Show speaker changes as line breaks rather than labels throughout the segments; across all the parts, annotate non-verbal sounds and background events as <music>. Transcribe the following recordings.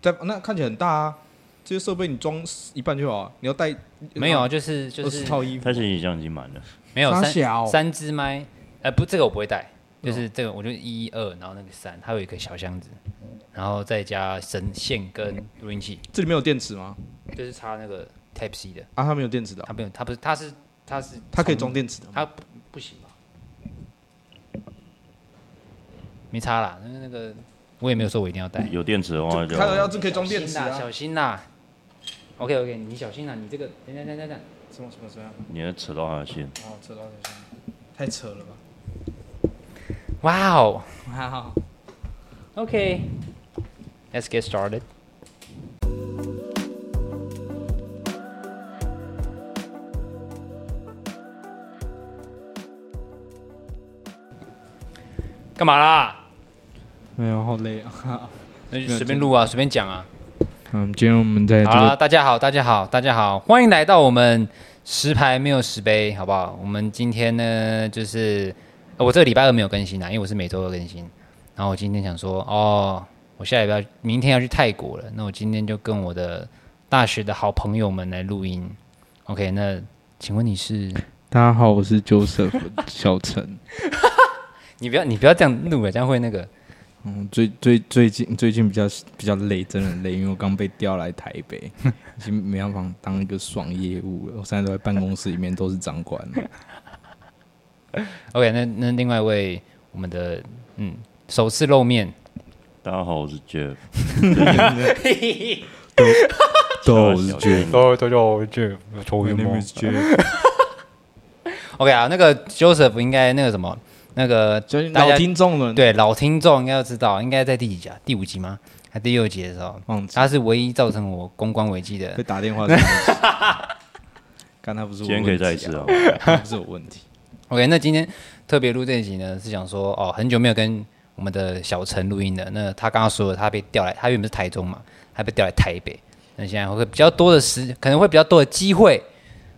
在那看起来很大啊，这些设备你装一半就好啊，你要带
没有，就是就
二十
是
套衣服
他，是已经已经满了，
没有
傻
三
小
三支麦，呃，不，这个我不会带，就是
嗯
这个我就一二，然后那个三，它有一个小箱子，然后再加绳线跟录音器，
这里面有电池吗？
就是插那个 Type C 的，
啊，它没有电池的啊，
它没有，它不是，它是它是
它可以装
从
电池的吗。
它不不行吧？没差啦，那那个我也没有说我一定要带，
哦有啊电池的话就
它的要嗯是可以装电池
小心啦
啊，
小心啦。OK OK，你小心啦，你这个等等等等等，
什么什么什么样？
你要扯到他的线，
哦，扯到这上面太扯了吧？
哇哦
还好。
，OK，Let's get started。干嘛啦？
没有，好累啊。 <laughs>
那就随便录啊，随便讲啊。
嗯，今天我们在
好啊了，大家好，大家好，大家好，欢迎来到我们十排没有十杯，好不好？我们今天呢，就是呃我这个礼拜二没有更新啦，因为我是每周二更新。然后我今天想说，哦，我下礼拜明天要去泰国了，那我今天就跟我的大学的好朋友们来录音。OK，那请问你是？
大家好，我是 Joseph 小陈。
你不要，你不要这样录啊，这样会那个。
嗯，最最最近最近比较比较累，真的很累，因为我刚被调来台北，
<laughs>
已经没办法当一个爽业务了。我现在都在办公室里面都是长官。
OK，那那另外一位我们的嗯首次露面，
大家好，我是 Jeff，
都
小娟，
哦，大家好，我是
<laughs>
抽
Jeff。
OK 啊，那个 Joseph 应该那个什么，那个
就是
大家
老听众了，，
对老听众应该要知道，应该在第几集啊？第五集吗？还第六集的时候，
忘记
他是唯一造成我公关危机 <laughs> 的
被。打电话是我问题。
<laughs>
刚他不是我
今天可以再一
问 <laughs>
次
题
啊
啊，，他不是有问题。
OK，那今天特别录这一集呢，是想说哦，很久没有跟我们的小陈录音了。那他刚刚说了，他被调来，他原本是台中嘛，他被调来台北。那现在会比较多的时，可能会比较多的机会，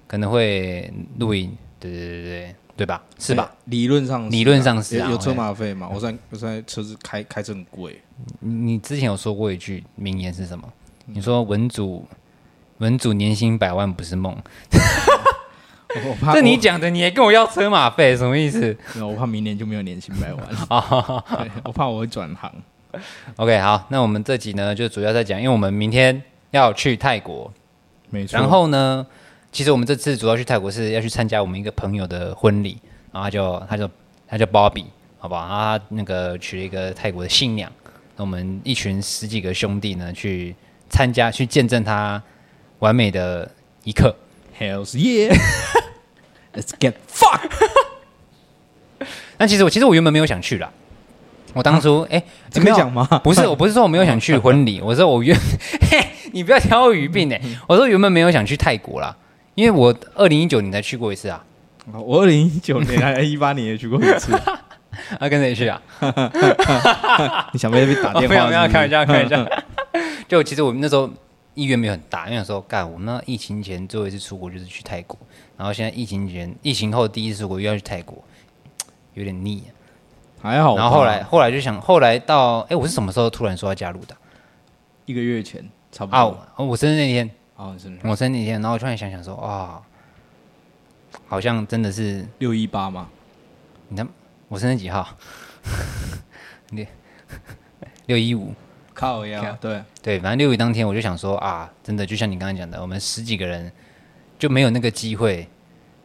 可能会录音。对对对对对吧？是吧？
哎？理论上是啊，
理论上是啊
有有车
OK
马费嘛？我现在我现在车子开开车很贵，
你你之前有说过一句名言是什么？你说文主文主年薪百万不是梦，
我我怕
哦这你
我
讲的，你也跟我要车马费，什么意思？
没有我怕明年就没有年薪百
<laughs>
万，
啊
对 <laughs> 我怕我会转行。
，OK，好，那我们这集呢就主要在讲，因为我们明天要去泰国，
没错，
然后呢，其实我们这次主要去泰国是要去参加我们一个朋友的婚礼，然后他就他就他叫 Bobby，好不好？他那个娶了一个泰国的新娘，那我们一群十几个兄弟呢去参加，去见证他完美的一刻。
Hell's <laughs> yeah，Let's get fuck。
但其实我其实我原本没有想去啦，我当初哎、
啊这
没
可以
有
讲吗
不是，我不是说我没有想去婚
<laughs>
礼，我说我原，嘿， <laughs> 你不要挑我语病哎、
嗯
我说原本没有想去泰国啦，因为我二零一九年才去过一次啊，
我二零一九年还一八年也去过一
<laughs>
次，
啊跟谁去啊？
你想被被打电
哦没有没有，
话？
开玩笑开玩笑。
<laughs>
就其实我们那时候意愿没有很大，因为想说干，我们那疫情前最后一次出国就是去泰国，然后现在疫情前疫情后第一次出国又要去泰国，有点腻、啊
还好吧。
然后后来后来就想，后来到哎、我是什么时候突然说要加入的
一个月前差不
啊？
多
我我生日那天。
哦，是
我生几天，然后我突然想想说，啊、好像真的是
六一八嘛？
你看我生日几号？ <laughs> 六 <laughs> 六一五，
靠呀，对，
对，反正六一当天我就想说啊，真的就像你刚才讲的，我们十几个人就没有那个机会。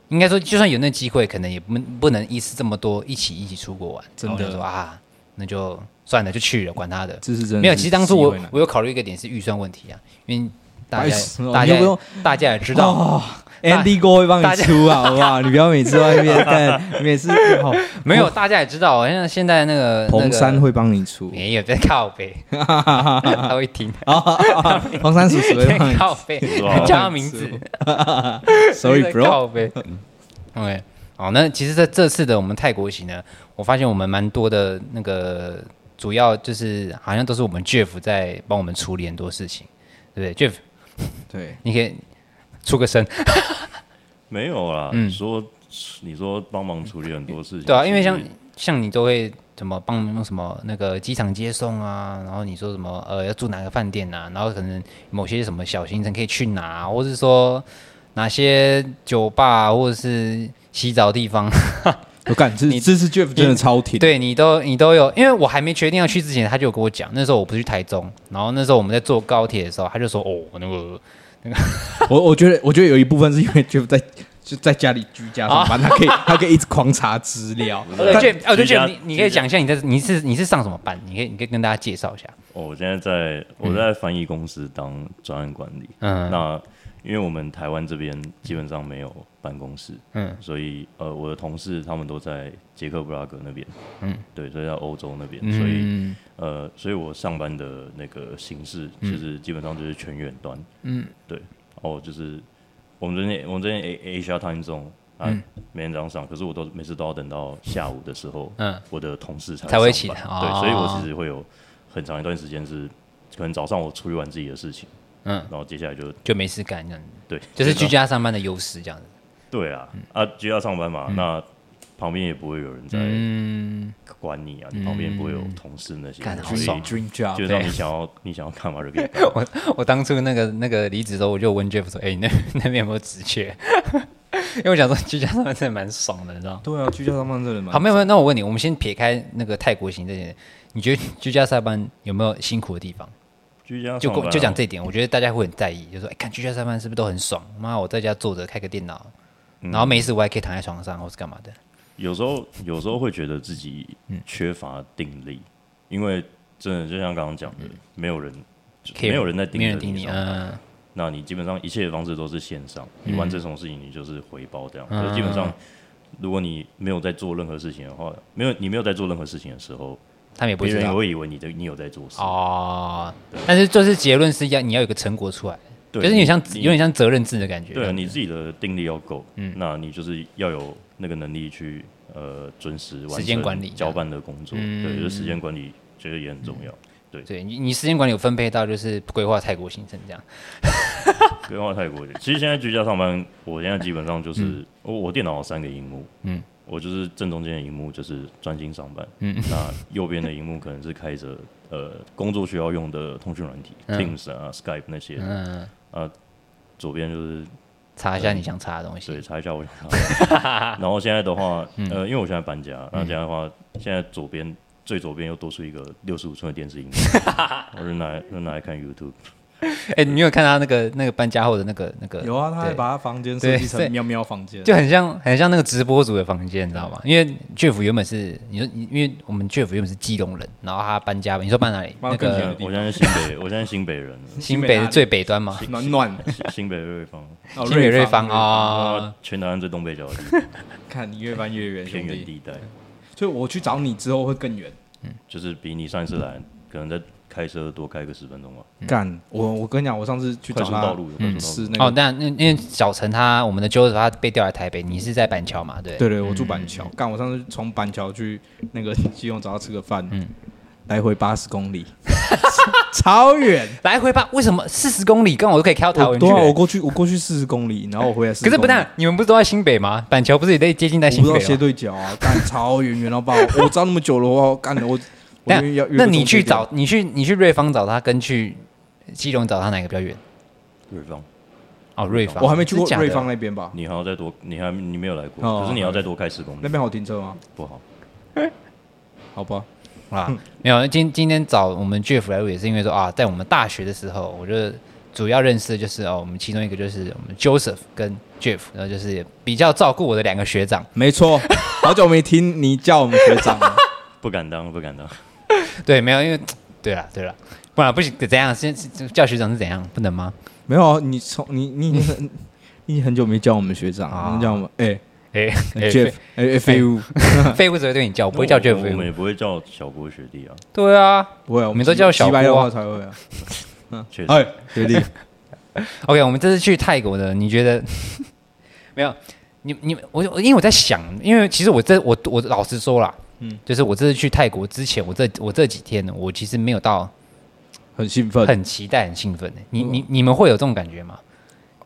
应该说，就算有那机会，可能也不不能一次这么多一起一起出国玩。
真的
然后我就说啊，那就算了，就去了，管他的。
这是真的是
没有，其实当初我
机会难
我有考虑一个点是预算问题啊，因为大
白
家
痴哦
大
你又
家
不用
大家也
<laughs>
知道，
哦，Andy 哥会帮
大
你
家
出啊，好不好？你不要每次外
<laughs>
面干，每次好，
没有，大家也知道，像现在那个
彭山
那
会帮你出
个，也有在靠背，
<laughs>
他会听，
哦彭山叔叔会帮
在
你
靠背
哇，
叫他名字
，Sorry
在
bro，嗯
靠背。OK，好，那其实在这次的我们泰国行呢，我发现我们蛮多的那个主要就是好像都是我们 Jeff 在帮我们处理很多事情，对不对？Jeff，
对，
你可以出个声，
没有啦，
嗯
说你说帮忙处理很多事情，
对啊，因为像
其实
像你都会怎么帮忙什么那个机场接送啊，然后你说什么呃要住哪个饭店啊，然后可能某些什么小行程可以去哪，或是说哪些酒吧啊或者是洗澡地
<laughs>
方，
我感这
你
这次 Jeff 真的超挺，
对你都你都有，因为我还没决定要去之前，他就有跟我讲，那时候我不是去台中，然后那时候我们在坐高铁的时候，他就说哦那个
我我觉得我觉得有一部分是因为 Jeff 在就在家里居家上
啊
班，他可以他可以一直狂查资
<laughs>
料，
我
但
就我就
居
觉
家
得你你可以讲一下你在你是你是上什么班，你可以你可以跟大家介绍一下，
哦，我现在在我在翻译公司当专案管理。
嗯
那因为我们台湾这边基本上没有办公室，
嗯
所以呃，我的同事他们都在捷克布拉格那边，
嗯，
对，所以在欧洲那边，所以
嗯
呃，所以我上班的那个形式就是基本上就是全远端，
嗯，
对，哦，就是我们这边我们这边 A Asia Time Zone 啊，
嗯
每天早上上，可是我都每次都要等到下午的时候，
嗯
我的同事才
才会
上班
起来
对，
哦
所以我其实会有很长一段时间是可能早上我处理完自己的事情，
嗯
然后接下来就
就没事干这样子，
对，
就是居
居
家上班的优势这样子，
对啊，啊居家上班嘛，那旁边也不会有人在
嗯
管你啊，你旁边不会有同事那些
干，好
所以
爽啊
dream
基
job，
本上你想要你想要干嘛就可以干
<laughs>
嘛。
我当初那个那个离职的时候，我就问 Jeff 说：“哎、你那那边有没有职缺？” <laughs> 因为我想说居家上班真的蛮爽的，你知道吗？
对啊，居家上班真的蛮
好，没有没有，那我问你，我们先撇开那个泰国行这些，你觉得居家上班有没有辛苦的地方？
居家
就
上班
跟
啊
就讲这一点，我觉得大家会很在意，就说：“哎、看居家上班是不是都很爽？妈，我在家坐着开个电脑，
嗯
然后没事我还可以躺在床上或是干嘛的。
有时候有时候会觉得自己
嗯
缺乏定力，因为真的就像刚刚讲的，没有人就
care
没有人在
嗯
盯
没
着
人盯你，
上
嗯
那你基本上一切的方式都是线上，你完成什么事情你就是回报这样。可是基
啊
本上，如果你没有在做任何事情的话，没有你没有在做任何事情的时候，
他们也不
别
知
人也
道
会以为你的你有在做事。
哦。但是就是结论是要你要有个成果出来，就
对，
是有点像
你
有点像责任制的感觉。
对啊，你自己的定力要够，
嗯
那你就是要有那个能力去呃准时完
时间
成
管理这嗯
交
样
办的工作，对，就是时间管理觉得也很重要。
对你，你时间管理有分配到就是规划泰国行程这样。
不用到泰国去。其实现在居家上班，我现在基本上就是、我我电脑有三个荧幕，
嗯
嗯，我就是正中间的荧幕就是专心上班，嗯， <laughs> 那右边的荧幕可能是开着呃工作需要用的通讯软体、
嗯
Teams 啊、Skype 那些，啊
嗯，
左边就是
查一下你想查的东西
对。查一下我想
<laughs>
要 <laughs> 然后现在的话，
嗯
呃，因为我现在搬家，那这样的话，现在左边。最左边又多出一个六十五寸的
<laughs>
电视荧幕，我就拿来就拿来看 YouTube。
哎、你有看他那个那个搬家后的那个那个？
有啊，他还
对
把他房间
对
设计
所以
成喵喵房间，
就很像很像那个直播主的房间，你知道吗？因为 Jeff 原本是你说，因为我们 Jeff 原本是基隆人，然后他搬家，你说搬哪里？
搬到
那
我
更
现
远
个
在我现在是新北，我现在是新北人了，
新北的最北端嘛，
暖暖，
新新北瑞芳。
<laughs> 哦
新北瑞芳
瑞哦
啊，，
全台湾最东北角的地方
看你越搬越远，
偏
兄
远
弟。
地带，
所以我去找你之后会更远。
就是比你上一次来，可能再开车多开个十分钟吧。
嗯
干，我我跟你讲，我上次去
快
找
速
他嗯
道路，快速
吃
道路。
那
哦
个，，
那那因为小陈他我们的 Joseph 他被调来台北，你是在板桥嘛？对，
对对，我住板
嗯
桥。干，我上次从板桥去那个基隆找他吃个饭，
嗯
来回八十公里， <laughs> 超远。
来回吧。为什么四十公里，刚好都可以开到 <laughs> 台
我
湾去
对
了？欸
啊，我过去我过去四十公里，然后我回来40
可是不
公里
但你们不是都在新北吗？板桥不是也在接近在
我
新
不知道
北
斜
吗？
对角啊，干超远远到
<laughs>
爆。我找那么久的话，我干的我我
那
愿意要约
那
个
你
中
去
间点
找你去你去瑞芳找他，跟去基隆找他哪个比较远？
瑞芳，
哦，瑞芳，
我还没去过
真假的
瑞芳那边吧？
你还要再多，你还你没有来过，
哦
可是你要再多开十公
那
里，
边好停车吗？
不好。
好吧，
啊，
嗯
没有。今今天找我们 Jeff 来录也是因为说啊，在我们大学的时候，我觉得主要认识的就是哦，我们其中一个就是我们 Joseph 跟 Jeff，然后就是比较照顾我的两个学长。
没错，好久没听你叫我们学长了。
不敢当，不敢当。
对，没有，因为对了对了，不然不行，怎样？先叫学长是怎样？不能吗？
没有啊，你从你你已经很你已经很久没叫我们学长
啊
了，你叫我们哎
<laughs> 哎、
哎 Jeff 哎哎废物，
废废物只会对你叫，我不会叫
那我我
Jeff
我。们也不会叫小郭学弟啊，
对啊，
不会啊，
我们都叫小
鸡掰的
郭啊
话才会啊。
确实。
哎，学弟，
OK，我们这次去泰国的，你觉得 <laughs> 没有？你你我我因为我在想，因为其实我这我我老实说啦，嗯
嗯，
就是我这次去泰国之前，我这我这几天呢，我其实没有到
很兴奋，
很期待、很兴奋的。你你你们会有这种感觉吗？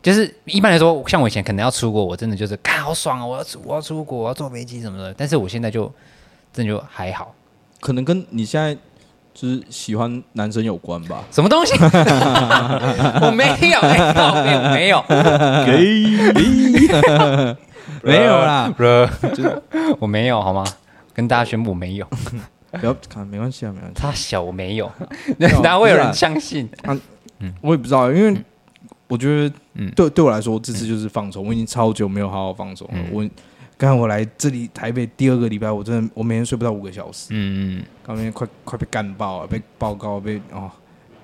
就是一般来说，像我以前啊可能要出国，我真的就是，看好爽哦，我要出我要出国，我要坐飞机什么的。但是我现在就真的就还好。
可能跟你现在就是喜欢男生有关吧。
什么东西？我没有，哎靠没有，没有，
没有啦，
我没有，好吗？跟大家宣布我没有，
<laughs> 不要看，没关系啊，没关系。
他小我
<laughs>
没有，
有
哪会有
不是
人
啊
相信？
我也不知道，因为我觉得，
嗯
对对我来说，这次就是放松。我已经超久没有好好放松了。
嗯
我刚才我来这里台北第二个礼拜，我真的我每天睡不到五个小时，
嗯，
刚才快快被干爆啊了，被报告被哦，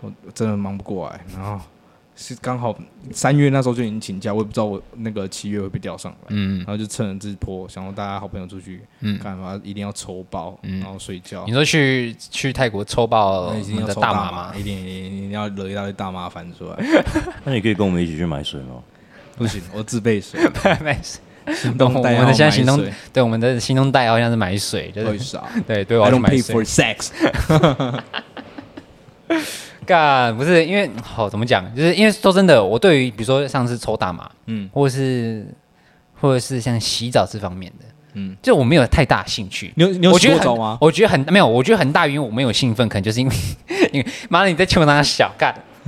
我我真的忙不过来。然后是刚好三月那时候就已经请假，我也不知道我那个七月会被调上来。
嗯
然，后就趁着这波，想要大家好朋友出去，
嗯
干嘛一定要抽包，然后睡觉
你，说去去泰国抽爆我
那一定
们
要
的
抽
大麻
麻
吗？
一定一定一定要惹一大堆大麻烦出来。
那你可以跟我们一起去买水吗？
不
<laughs>
行，我自备水，
没事，
行
动
动代
我们的现在行动
代
对，我们的行动代号像是买水，就
会
是
少。
对，对我
I
要去
don't
买
pay
水
for。sex。
干不是因为好、怎么讲，就是因为说真的，我对于比如说上次抽大麻，
嗯
或者是或者是像洗澡这方面的，
嗯，
就我没有太大兴趣。
你有你有
我觉
洗过
得很
澡吗？
我觉得很没有，我觉得很大原因我没有兴奋，可能就是因为 <laughs> 因为妈的你在球场上小干，
<laughs>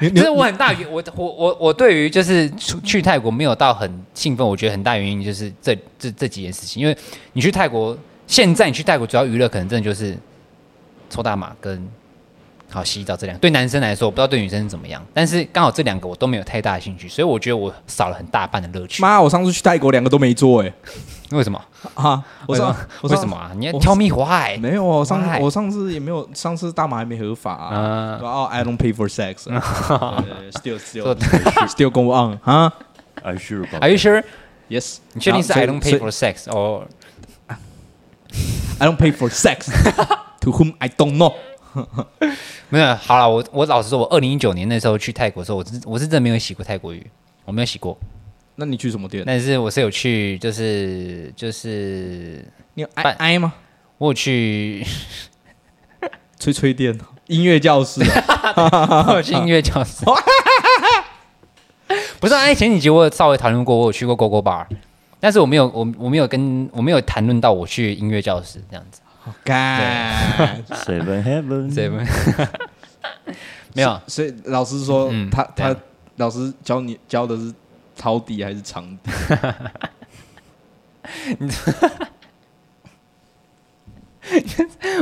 你
就
你
是我很大原我我我我对于就是出去泰国没有到很兴奋，我觉得很大原因就是这这这几件事情，因为你去泰国现在你去泰国主要娱乐可能真的就是抽大麻跟好洗澡这两个，对男生来说我不知道对女生是怎么样，但是刚好这两个我都没有太大的兴趣，所以我觉得我少了很大半的乐趣。
妈，我上次去泰国两个都没做哎
为什么？
啊！我上我
为
上
什么啊？你要
我
挑 me why？
没有啊？我上
Why？
我上次也没有，上次大麻还没合法啊。
啊，
哦，I don't pay for
<laughs>
sex 对。Still still
说
still go on 啊
哎，是吧？
Are you sure？
？Yes。
你确定是
然后
I don't
所
pay
以所
for sex？哦，
以 I don't pay for sex
<laughs>
to whom I don't know？
没有，好了，我我老实说，我二零一九年那时候去泰国的时候，我是我是真的没有洗过泰国浴，我没有洗过，
那你去什么店？
但是我是有去，就是就是
你有 I
办
I 吗？
我有 <laughs> 去，
吹吹店，音乐教室啊。
我有去音乐教室。 <laughs> 不是啊，哎，前几集我有稍微讨论过，我有去过 GoGo Bar，但是我没有，我我没有跟我没有谈论到我去音乐教室这样子，
哦
<laughs>
干。
Seven Heaven？
对不？ <laughs> 没有，啊
所以老师说，
嗯
他
对啊
他老师教你教的是抄底还是长底？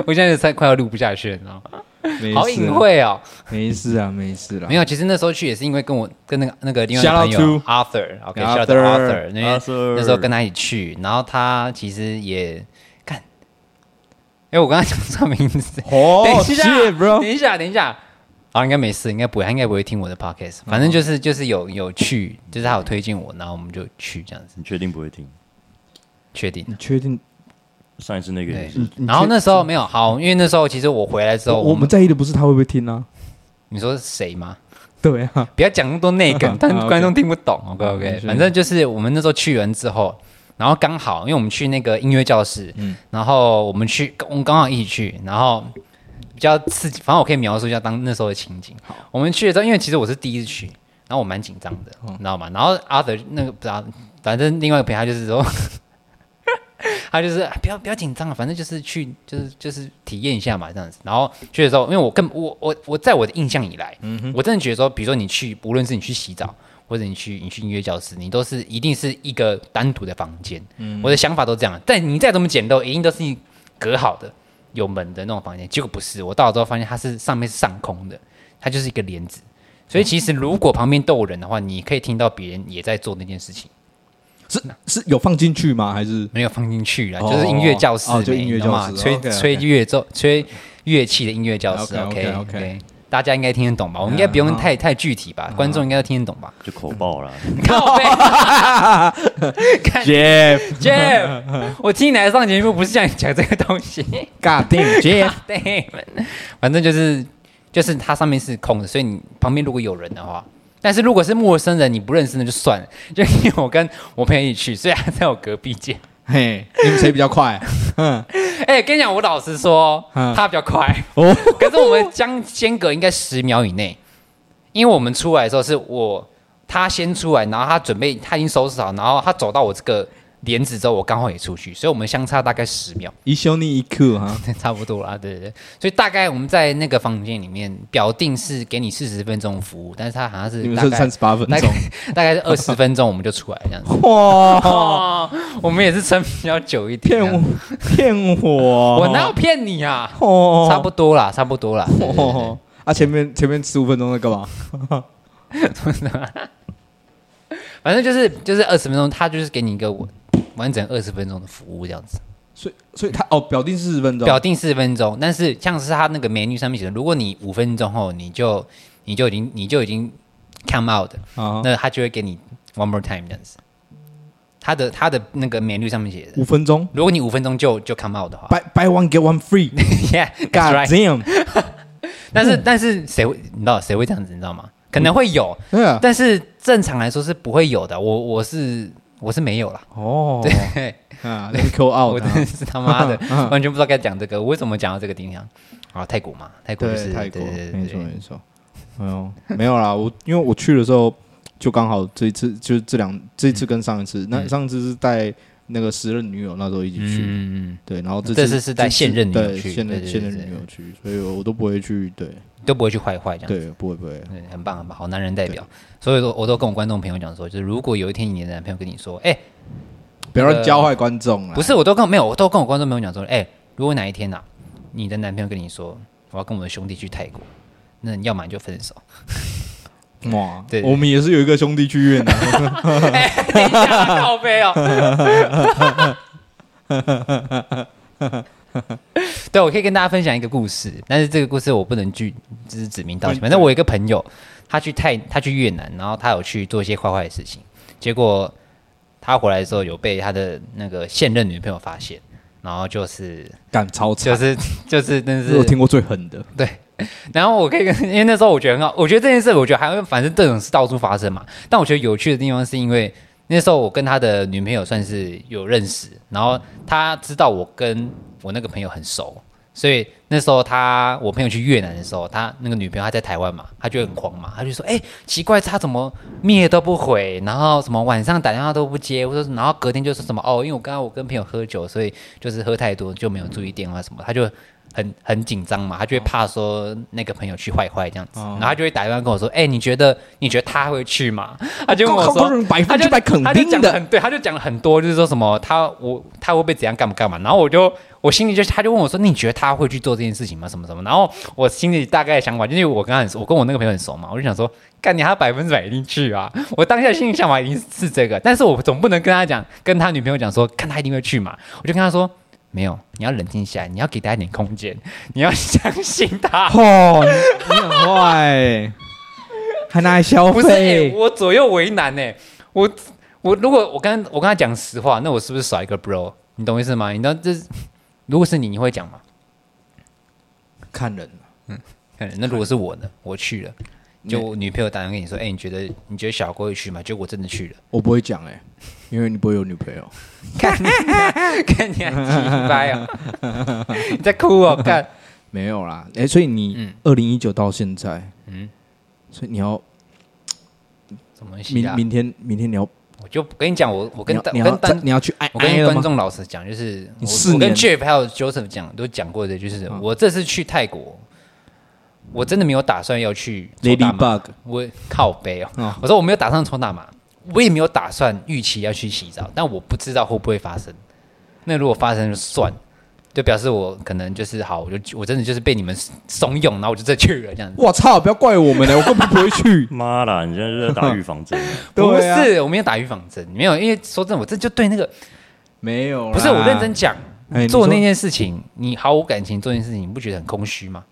我现在才快要录不下去了，你知道吗？
没
好
事啊
隐，晦哦。
没事啊，没事啦。
没有，其实那时候去也是因为跟我跟那个那个另外一个
Shout out
朋友 Arthur，OK，shout out to
Arthur
Arthur，那边
Arthur
啊那时候跟他一起去，然后他其实也看，哎，我刚刚讲错名字，
哦，
等一下
shit, bro，
等一下，等一下，啊，应该没事，应该不会，他应该不会听我的 podcast，反正就是就是有有去，就是他有推荐我，然后我们就去这样子，
你确定不会听？
确定。
你确定？
上一次那个也
对
是，
你
然后
确
那时候没有好，因为那时候其实我回来之后，
嗯我我
哦我
们
们
在意的不是他会不会听啊？
你说谁吗？
对啊，，
不要讲那么多内梗
<laughs>
但
啊，OK
观众听不懂。OK
没
OK，
事
反正就是我们那时候去完之后，然后刚好因为我们去那个音乐教室，
嗯
然后我们去，我们刚好一起去，然后比较刺激。反正我可以描述一下当那时候的情景。我们去的时候，因为其实我是第一次去，然后我蛮紧张的，你知道吗？然后阿德那个不知道，反正另外一个朋友他就是说。 <laughs> 他就是、啊不要不要紧张啊，反正就是去就是就是体验一下嘛这样子。然后去的时候，因为我根我我我在我的印象以来，我真的觉得说，比如说你去，无论是你去洗澡，或者你去你去音乐教室，你都是一定是一个单独的房间。我的想法都这样，但你再怎么简陋，一定都是隔好的、有门的那种房间。结果不是，我到了之后发现它是上面是上空的，它就是一个帘子。所以其实如果旁边都有人的话，你可以听到别人也在做那件事情，
是是有放进去吗？还
<laughs>
是
没有放进去啊，
哦
就是音乐教室
哦
没，
就音乐教室
嘛，吹
OK，OK
吹乐奏、吹乐器的音乐教室。
OK，OK，OK
OK OK，大家应该听得懂吧？我们应该不
啊
用太太具体吧？观众应该都听得
<laughs>
懂吧？
就口爆啦。。
靠背看
Jeff
Jeff，我听你来上节目不是叫你讲这个东西。
God damn
<laughs>
Jeff？
对，反正就是就是它上面是空的，所以你旁边如果有人的话，但是如果是陌生人你不认识那就算了，就因为我跟我朋友一起去，所以他在我隔壁间。
嘿，你们谁比较快？
<laughs> 哎、跟你讲，我老实说，
嗯
他比较快，
哦，
可是我们将间隔应该十秒以内，因为我们出来的时候是我他先出来，然后他准备他已经收拾好，然后他走到我这个帘子之后，我刚好也出去，所以我们相差大概十秒，
一休你一刻哈，
差不多啦，对对对。所以大概我们在那个房间里面，表定是给你四十分钟服务，但是他好像是
你们
大
是
概
三十八分
大
钟
概，大概是二十分钟我们就出来
<laughs>
这样子。 <laughs>
哇，
哦，我们也是撑比较久一
骗
点这样
我
子。
骗我，
啊我哪有骗你啊？
哦
差不多啦，差不多啦。对对对
哦，啊，前面前面十五分钟在干嘛？
反正就是就是二十分钟，他就是给你一个完完整二十分钟的服务这样子，
所以所以他哦，表定四十分钟，
表定四十分钟，但是像是他那个 menu 上面写的，如果你五分钟后你就你就已经你就已经 come out，、
啊，
那他就会给你 one more time 这样子。他的他的那个 menu 上面写的，
五分钟
如果你五分钟就就 come out 的话 <laughs>
buy buy one get one free，God
，Yeah，that's 啊 right。
damn，
<laughs> 但是但是谁会你知道谁会这样子你知道吗？可能会有，
对
<laughs>
啊，
但是正常来说是不会有的。我我是我是没有啦。
哦，
对，
啊，let me call
我
out，
真的是他妈
嗯
的完全不知道该讲这个，我为什么讲到这个地方？啊，泰国嘛，泰国就是
<laughs> 对泰国，
对对
没
对
错
对
没错，没有没有啦，我因为我去的时候就刚好这一次就是这两这一次跟上一
嗯
次，那上次是带那个时任女友那时候一起去，
嗯，嗯
对，然后这
这
次
次是带现任女友
对
去
现
对
任
对
现任
对对
女友去，所以我都不会去，对
嗯都不会去坏坏这样。
对，不会不会，
对，很棒很棒，好男人代表。所以说，我都跟我观众朋友讲说，就是如果有一天你的男朋友跟你说，哎，
不要让教坏观众啊啦，
不是，我都跟没有，我都跟我观众朋友讲说，哎，如果哪一天呐，你的男朋友跟你说，我要跟我的兄弟去泰国，那要么你就
<laughs>
分手。
哇，
对
我们也是有一个兄弟剧院的，
哎，等一下，靠背哦。 <laughs> 对，我可以跟大家分享一个故事，但是这个故事我不能具，就是指名道
嗯
姓。反正我有一个朋友，他去泰，他去越南，然后他有去做一些坏坏的事情，结果他回来的时候有被他的那个现任女朋友发现，然后就是
干超
就
惨，
是就是，但
这 <laughs> 是我
是
听过最狠的。
对，然后我可以跟，因为那时候我觉得很好，我觉得这件事，我觉得还会，反正这种事到处发生嘛。但我觉得有趣的地方是因为那时候我跟他的女朋友算是有认识，然后他知道我跟我那个朋友很熟，所以那时候他我朋友去越南的时候，他那个女朋友她在台湾嘛，他就很慌嘛，他就说：“哎、奇怪，他怎么灭都不回，然后什么晚上打电话都不接，或者是然后隔天就说什么哦，因为我刚刚我跟朋友喝酒，所以就是喝太多就没有注意电话什么，他就很很紧张嘛，他就会怕说那个朋友去坏坏这样子，然后他就会打电话跟我说：哎、你觉得你觉得他会去吗？他就跟我说。”
百
他
分
就
之百肯
他就
定
讲得
的，
很对，他就讲了很多，就是说什么他我他会被怎样干嘛干嘛，然后我就我心里就他就问我说，你觉得他会去做这件事情吗？什么什么？然后我心里大概的想法，就是因为我跟他很熟，我跟我那个朋友很熟嘛，我就想说，干你他百分之百一定去啊！我当下心里想法一定是这个，但是我总不能跟他讲，跟他女朋友讲说，看他一定会去嘛，我就跟他说。没有，你要冷静下来，你要给他一点空间，你要相信他。啊
哦，你很坏欸，还拿来消
不是、欸
费，
我左右为难呢、哎我我如果我跟我跟他讲实话，那我是不是少一个 bro？你懂我意思吗？你知道这是如果是你，你会讲吗？
看人啊
嗯那如果是我呢？我去了，就我女朋友打电话跟你说，哎、你觉得你觉得小郭会去吗？结果我真
<laughs>
的去了，
我不会讲哎，因为你不会有女朋友，
看你啊看你还鸡
<laughs>
掰啊！你在哭哦，看
没有啦，哎，所以你
嗯
二零一九到现在，嗯
嗯，
所以你要
什么戏
明
啊？
明天明天你要
我就跟你讲，我我跟
你要
大
你
我
要
跟
再
单
你要去爱
我
爱
跟
了
观
吗？
众老实讲，就是
你
我
四
我跟
年
Jeff 还有 Joseph 讲都讲过的，就是
嗯
我这次去泰国，我真的没有打算要去抽大麻。
Ladybug
我靠背哦，
嗯
我说我没有打算抽大麻，我也没有打算预期要去洗澡，但我不知道会不会发生。那如果发生就算，就表示我可能就是好，我就我真的就是被你们怂恿，然后我就再去了这样子。
我操！不要怪我们嘞，欸我根本不会去
妈啦，你现在是在打预防针，
<laughs> 不
对啊
是，我没有打预防针，没有，因为说真的，我这就对那个
没有啦，
<laughs> 不是我认真讲，
哎你
做
说
那件事情，你毫无感情做那件事情，你不觉得很空虚吗、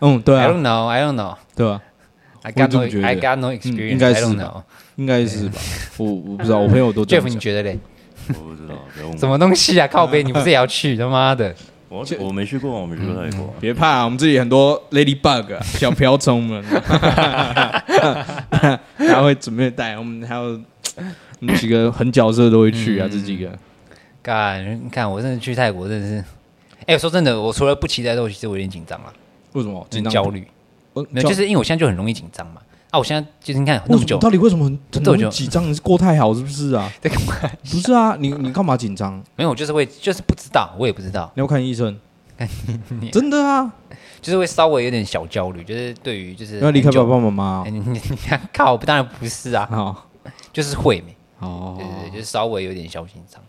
嗯，对
i
啊，
don't know, I don't know,
对啊，
I
我也
got
这
no,
么觉得
I got no
嗯
experience,、
应该
I
是
don't
吧
know。
应该是吧？我我不知道，我朋友都这
哎 Jeff，
样
你
讲。
觉得嘞？
我不知道，不要问
什
我。
么东西啊？靠背，你不是也要去？他妈的！ <laughs>
我我没去过，我没去过泰国。
嗯
别怕、我们这里很多 ladybug 啊、小瓢虫
<laughs>
们，他会准备带我们，还有我们几个狠角色都会去
嗯
啊，这几个
干，你看我真的去泰国，真的是，哎、说真的，我除了不期待之后，其实我有点紧张了，
为什么
有
紧
点
张
焦？虑。
我
没有，就是因为我现在就很容易紧张嘛。啊，啊，我现在就是你看那
为
么
什
久
么？，到底为什么很很
那么
容
久
易紧张？你是过太好是不是啊？
<laughs> 在干嘛？
不是啊，你你干嘛紧张？
没有，我就是会，就是不知道，我也不知道，
你要看医
<laughs>
生。真的啊，
就是会稍微有点小焦虑，就是对于就是
要离开
很久
爸爸妈妈
哎你 <laughs> 你你靠，我当然不是啊，
哦。
就是会没，
好，
对对对，
哦，
就是稍微有点小紧张。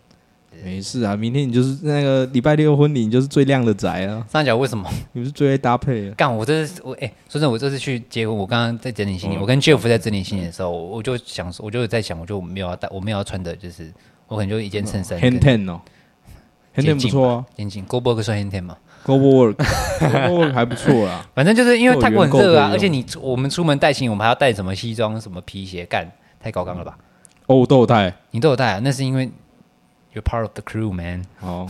没事啊，明天你就是那个礼拜六婚礼，你就是最靓的宅啊，
上一角为什么？
你是最爱搭配的。啊
干，我这是我哎、说真的，我这次去结婚，我刚刚在整理行李，
嗯
我跟 Jeff 在整理行李的时候，我我就想说，我就在想，我就没有要带，我没有要穿的，就是我可能就一件衬衫
h a
跟
n d ten 哦 h a
接
n d
近
ten 不错啊
眼镜 g o b o r 算 hand tan 嘛， <laughs>
，Global Work，Global Work 还不错啊啦。
反正就是因为泰国很
哦够有
热
够
啊，
用
而且你我们出门带行李，我们还要带什么西装、什么皮鞋，干太高纲了吧？
哦，豆带，
你都有带啊，那是因为 you're part of the crew man。 <laughs>
好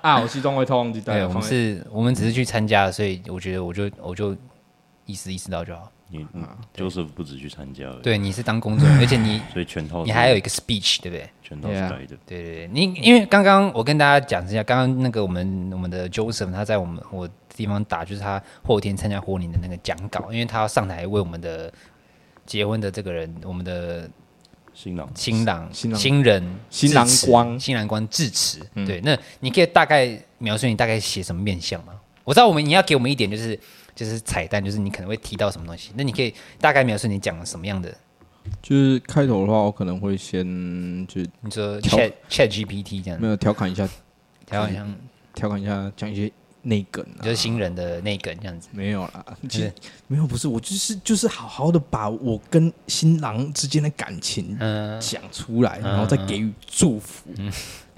啊，我西装外套忘记带
对，
了，
哎我
啊放嗯
们
在
是，我们只是去参加，所以我觉得我就我就意思意识到就好。
你你 Joseph 不止去参加而已，
嗯对，你是当工
<laughs>
作人员，而且你
所以全套
哦
你
是
还有一个 speech，对不对？
全套是
Yeah
带的。
对对对，你因为刚刚我跟大家讲一下，刚刚那个我们我们的 Joseph 他在我们我地方打，就是他后天参加婚礼的那个讲稿，因为他要上台为我们的结婚的这个人，我们的
新郎
新郎、
新郎
新人、
新郎
致辞
光嗯
新郎光致辞。对，那你可以大概描述你大概写什么面相吗？我知道我们你要给我们一点就是就是彩蛋，就是你可能会提到什么东西。那你可以大概描述你讲了什么样的？
就是开头的话，我可能会先就
你说
调
Chat Chat GPT 这样
没，有调侃一
嗯
下，
然后像
调侃一下，讲一些内梗啊
就。是新人的那梗这样子。
没有啦，其
是
实没有，不是我就是就是好好的把我跟新郎之间的感情
嗯，
讲出来，然后再给予祝福。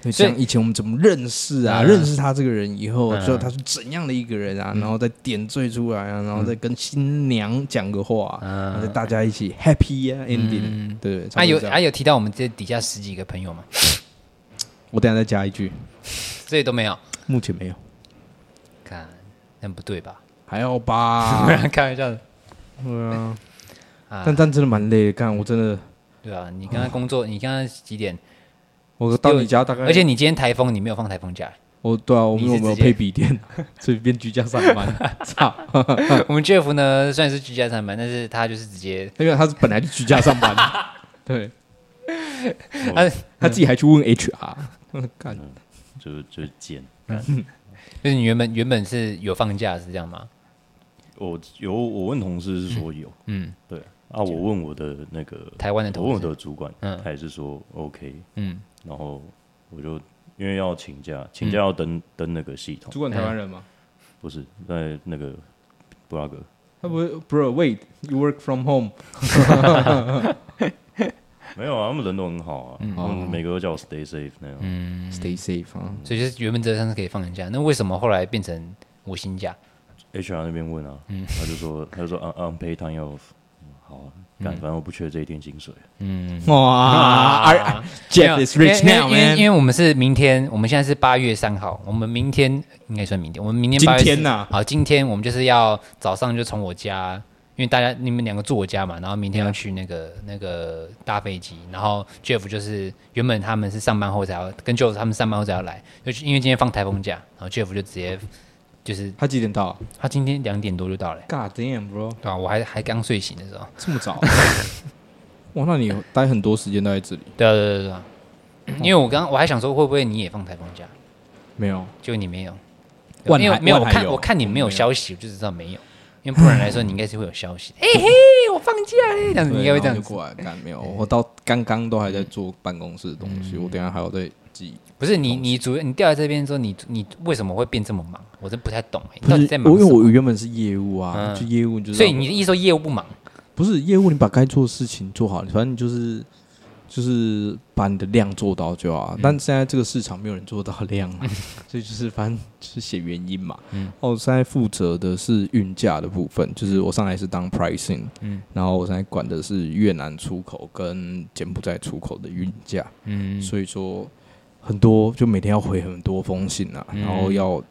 对，
所以
像以前我们怎么认识啊？
嗯
认识他这个人以后，
嗯
知道他是怎样的一个人啊，然后再点缀出来啊，然
嗯
后再跟新娘讲个话啊，然后再大家一起 happy 啊 ending。对，差
啊
不多
有
这样
啊有提到我们这底下十几个朋友吗？ <laughs>
我等一下再加一句，
这些都没有，
目前没有，
看那不对吧？
还要
<laughs>
吧？
开玩笑的
对啊，
啊
但，但真的蛮累的，干我真的，
对啊，你刚刚工作，你刚刚几点？
我到你家大概，
而且你今天台风，你没有放台风假，
我对啊，我们
你是
有没有
直接
配笔电？所以变居家上班，操！
我们 Jeff 呢，虽然是居家上班，但是他就是直接，
因为他是本来就居家上
<laughs>
班，对，哎
他
他自己还去问
嗯
嗯 HR，干
就是就是贱。
就是你原本原本是有放假是这样吗？
我有我问同事是说有，
嗯
对啊，我问我的那个
台湾的同
我问我
事
的主管，
嗯
他也是说 OK，
嗯，
然后我就因为要请假，请假要登登那个系统，
主管台湾人吗？
不是在那个 blog，
他不会，Bro wait，you work from home，
没有啊，他们人都很好啊，他们每个都叫我 stay safe 那样，
嗯
Stay safe 啊，
所以就是原本这上是可以放假，那为什么后来变成无薪假？
HR 那边问啊，他就说他就说 on on pay time off，嗯好啊，干反正我不缺这一天薪水，
嗯
哇，R-
没
，Jeff
有
is rich
因为
now
因为因为因
man，
为我们是明天，我们现在是八月三号，我们明天应该算明天，我们明天
今
八月
天呐
好，今天我们就是要早上就从我家，因为大家你们两个住我家嘛，然后明天要去那个那个搭飞机，然后 Jeff 就是原本他们是上班后才要跟 Jeff 他们上班后才要来，就是因为今天放台风假，然后 Jeff 就直接
嗯
就是
他几点到
他今天两点多就到了、
？God damn bro，
对啊，我还还刚睡醒的时候，
这么
<laughs>
早？哇，那你待很多时间都在这里？
对啊对啊对啊
嗯
对啊，因为我刚我还想说会不会你也放台风假，
没有，
就你没有，
万
没有
海
没有，
万
我
海
看
有嗯
我看你没有消息，我就知道没有，因为不然来说你应该是会有消
<laughs>
息。哎嘿，我放假嘞，这样子你应该会
对然
这
后
样
就
子。
过来干没有？我到刚刚都还在做办公室的东西，
嗯
我等一下还要再记。
不是你你主你调来这边之后，你你为什么会变这么忙？我真不太懂哎，你
不
到
是
底在，忙
我因为
什么？
我原本是业务啊，
嗯
就业务你就是。
所以你的意思说业务不忙？
不是业务，你把该做的事情做好，反正你就是就是把你的量做到就好啊。
嗯
但现在这个市场没有人做到量
<laughs>
啊，所以就是反正就是写原因嘛。
嗯
嗯，哦，我现在负责的是运价的部分，就是我上来是当 pricing，
嗯
嗯，然后我现在管的是越南出口跟柬埔寨出口的运价，
嗯
所以说很多就每天要回很多封信啊，
嗯
然后要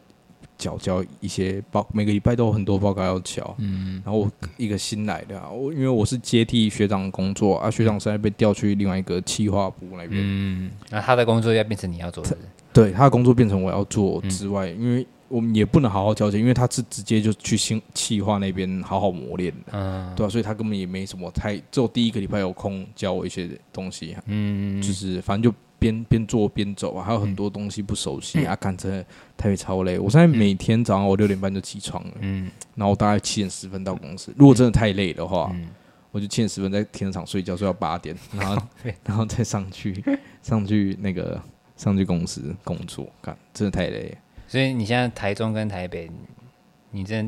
缴交一些报，每个礼拜都有很多报告要交。
嗯
然后我一个新来的、啊，我因为我是接替学长工作啊，学长现在被调去另外一个企划部那边，
嗯，那他的工作要变成你要做的，嗯
对他的工作变成我要做之外，因为我们也不能好好交接，因为他是直接就去新企划那边好好磨练的，
嗯
对啊，所以他根本也没什么太，只有第一个礼拜有空教我一些东西，啊
嗯
就是反正就边边做边走啊，还有很多东西不熟悉、
嗯
啊，干真的台北超累。我现在每天早上我六点半就起床了，
嗯
然后我大概七点十分到公司。如果真的太累的话，
嗯
我就七点十分在停车场睡觉，睡到八
<laughs>
点，然后然后再上去上去那个上去公司工作，干真的太累了。
所以你现在台中跟台北，你这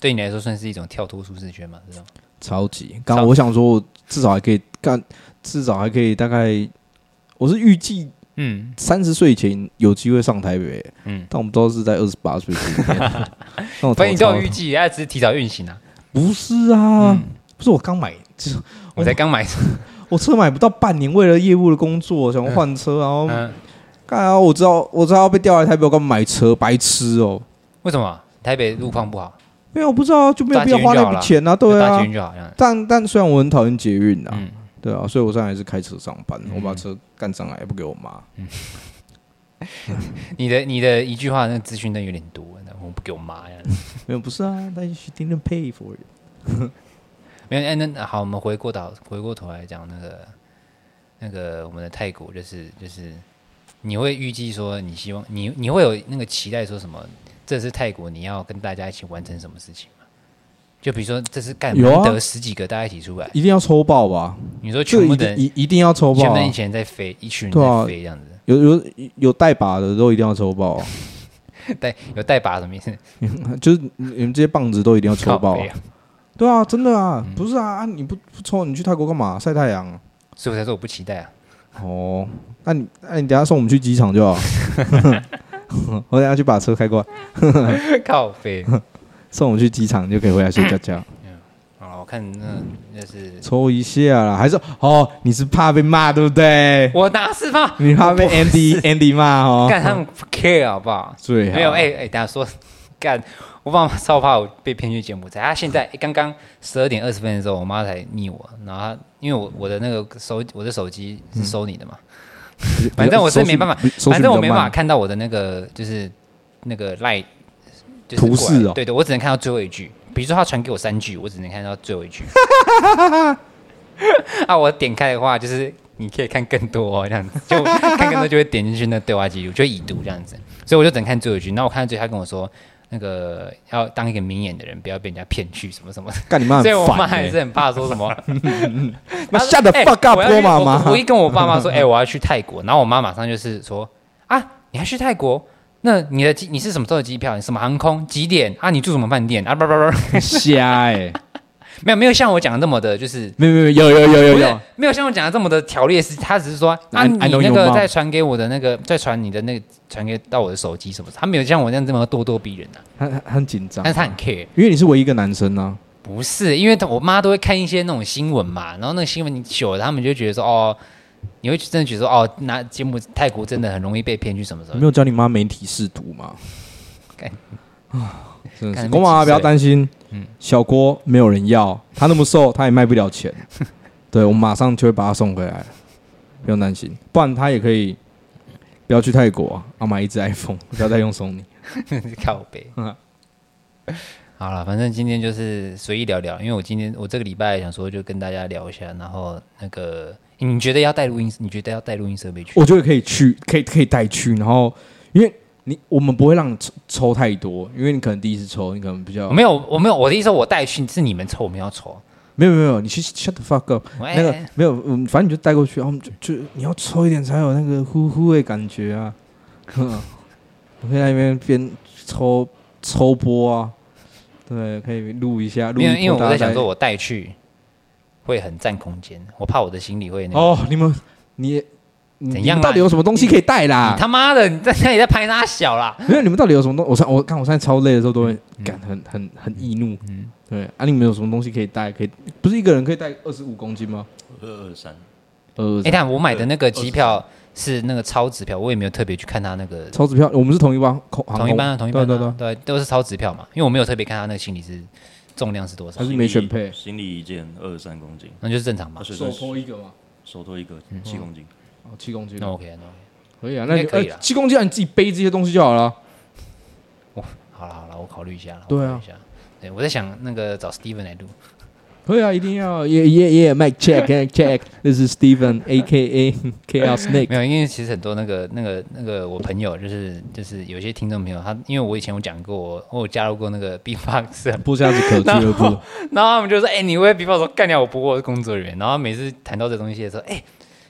对你来说算是一种跳脱舒适圈嘛？是吧？
超级。刚刚我想说，我至少还可以干，至少还可以大概，我是预计
嗯
三十岁以前有机会上台北，
嗯，
但我们都是在二十八岁之
<laughs>
间。那我
反正你都有
超
预计，它只是提早运行啊。
不是啊，
嗯
不是我刚买，就是
我才刚买，
嗯我车买不到半年，为了业务的工作想要换车，然后
嗯，
干啊，我知道我知道要被调来台北，我干嘛买车？白痴哦、
为什么台北路况不好？
没有，我不知道啊就没有必要花那笔钱啊，
就
对
搭捷
啊。
运就好，这样。
但但虽然我很讨厌捷运啊，
嗯，
对啊，所以我现在还是开车上班，
嗯
我把车干上来，也不给我妈。
你的你的一句话，那个资讯量有点多，那我不给我妈
<laughs>
呀。
没有，不是啊，但 she didn't pay for it。
没有，哎，那好，我们回过头回过头来讲那个那个我们的泰国，就是就是你会预计说，你希望你你会有那个期待说什么？这是泰国，你要跟大家一起完成什么事情吗？就比如说，这是干
有啊
难得十几个大家一起出来，
一定要抽爆吧？
你说
这
全
个
部
一
的
定
人，
一一定要抽
全
爆
部
啊、
人一群人在飞，一群人
对啊
在飞这样子，
有有有带把的都一定要抽爆啊、 <laughs>
带有带把什么意思？
就是你们这些棒子都一定要抽爆
靠
啊、
背啊
对啊，真的啊，
嗯
不是啊，啊你不不抽，你去泰国干嘛？晒太阳啊。
所以我才说我不期待啊。
哦，那你那你等一下送我们去机场就
<laughs>
好。 <laughs> 我等一下去把车开过来，
靠背。
送我们去机场就可以回来睡觉
嗯
觉，
好啊了，我看那那是
抽一下啦。还是哦，你是怕被骂对不
<laughs>
对？
我哪是怕
你怕被 Andy Andy 骂哦？啊
干他们不 care 好不好？
最好
没有，哎、哎，等下说干，我爸妈超怕我被骗去柬埔寨。他现在哎刚刚十二点二十分的时候，我妈才腻我，然后她因为我我的那个手我的手机是收你的嘛，反正我是没办法
收拾，收拾
反
比
正
较
我没办法
慢。
看到我的那个就是那个赖就是
图
过来
示哦
对对，我只能看到最后一句。比如说他传给我三句，我只能看到最后
<laughs>
一句。啊，我点开的话就是你可以看更多、哦、这样子，就看更多就会点进去那对话记录，就会已读这样子，所以我就只能看最后一句。那我看到最后，他跟我说。那个要当一个明眼的人，不要被人家骗去什么什么的。
干你妈很
所以我
烦
妈
欸
还是很怕说什么。
那
她说
shut the
哎
fuck up，
我要去
波妈
我
妈
我一跟我爸妈说，哎、我要去泰国，然后我妈马上就是说，啊，你还去泰国？那你的机你是什么时候的机票？你什么航空？几点？啊，你住什么饭店？啊，不不不，不
瞎
<laughs>
哎，
没有没有像我讲的那么的，就是
没有没有有有有有
不
有
是，没有像我讲的这么的条列式，他只是说啊，
I-
你
I know
那
your
个
mom
再传给我的那个，再传你的那个，传给到我的手机什么的，他没有像我这样这么咄咄逼人啊，
他他很紧张
但，是他很 care。
因为你是唯一一个男生啊。
不是，因为我妈都会看一些那种新闻嘛，然后那个新闻你久了，他们就觉得说哦，你会真的觉得说哦，那节目泰国真的很容易被骗去什么什
你
么
没。有教你妈媒体试读吗
干？
真的
干
是
你
郭妈妈
几岁
不要担心，
嗯
小郭没有人要，他那么瘦，他也卖不了
<laughs>
钱。对，我马上就会把他送回来，不用担心。不然他也可以不要去泰国啊，啊买一只 iPhone，不要再用
<laughs>
Sony。
靠背。
嗯
好了，反正今天就是随意聊聊，因为我今天我这个礼拜想说就跟大家聊一下，然后那个你觉得要带录音，你觉得要带录音设备去？
我觉得可以去，可以可以带去，然后因为你我们不会让你抽抽太多，因为你可能第一次抽，你可能比较
我没有，我没有，我的意思说我带去是你们抽，我们要抽。
没有没有没有，你去 shut the fuck up。
喂
那个没有，嗯，反正你就带过去，然后我们就就你要抽一点才有那个呼呼的感觉啊。哼我可以在那边边抽抽波啊，对，可以录一下，录一
因为因
波
为我
大
在
家
想
再
说，我带去会很占空间，我怕我的行李会那个。
哦，你们你也你
怎样
你们
啦
到底有什么东西可以带啦
你？他妈的，你在那里在拍他小啦！
没有，你们到底有什么东？我上我看我现在超累的时候都会感很很很易怒，
嗯
对啊，你们有什么东西可以带？可以不是一个人可以带二十五公斤吗？
二二三，
呃
哎、，欸，看我买的那个机票是那个超值票，我也没有特别去看他那个
超支票，我们是同一班，空航
同一
空
班啊，同一班、啊，
对对对，
对，都是超值票嘛，因为我没有特别看他那个行李是重量是多少
还，是没选配
行李一件二十三公斤，
那就是正常嘛
啊，所以
手
算
托一个嘛，
手托一个七公斤，
哦，七公斤
那。OK，那 OK。
可以啊，那你
应该可以啦
呃七公斤啊，你自己背这些东西就好了啊。
我好了好了，我考虑一下了，
对啊
我考虑一下。对，我在想那个找 Steven 来录，
可以啊，一定要耶耶耶，Mike check <laughs> Mike check，这是 Steven A K A <laughs> Chaos Snake，
没有，因为其实很多那个那个那个我朋友就是就是有些听众朋友，他因为我以前我讲过，我我有加入过那个 <laughs> B-box，
不下子可俱乐部，
然后他们就说：“哎、你会比方说干掉我不过我是工作人员。”然后每次谈到这东西的时候，哎、